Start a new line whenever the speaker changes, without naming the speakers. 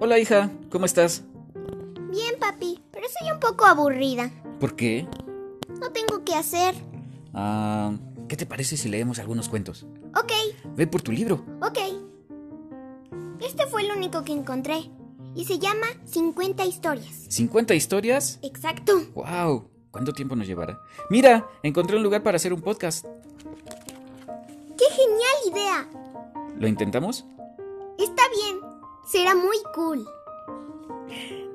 Hola hija, ¿cómo estás?
Bien, papi, pero soy un poco aburrida.
¿Por qué?
No tengo qué hacer.
Ah, ¿Qué te parece si leemos algunos cuentos?
Ok,
Ve por tu libro.
ok. Este fue el único que encontré. Y se llama 50 historias.
¿50 historias?
Exacto.
¡Wow! ¿Cuánto tiempo nos llevará? Mira, encontré un lugar para hacer un podcast.
¡Qué genial idea!
¿Lo intentamos?
Está bien. Será muy cool.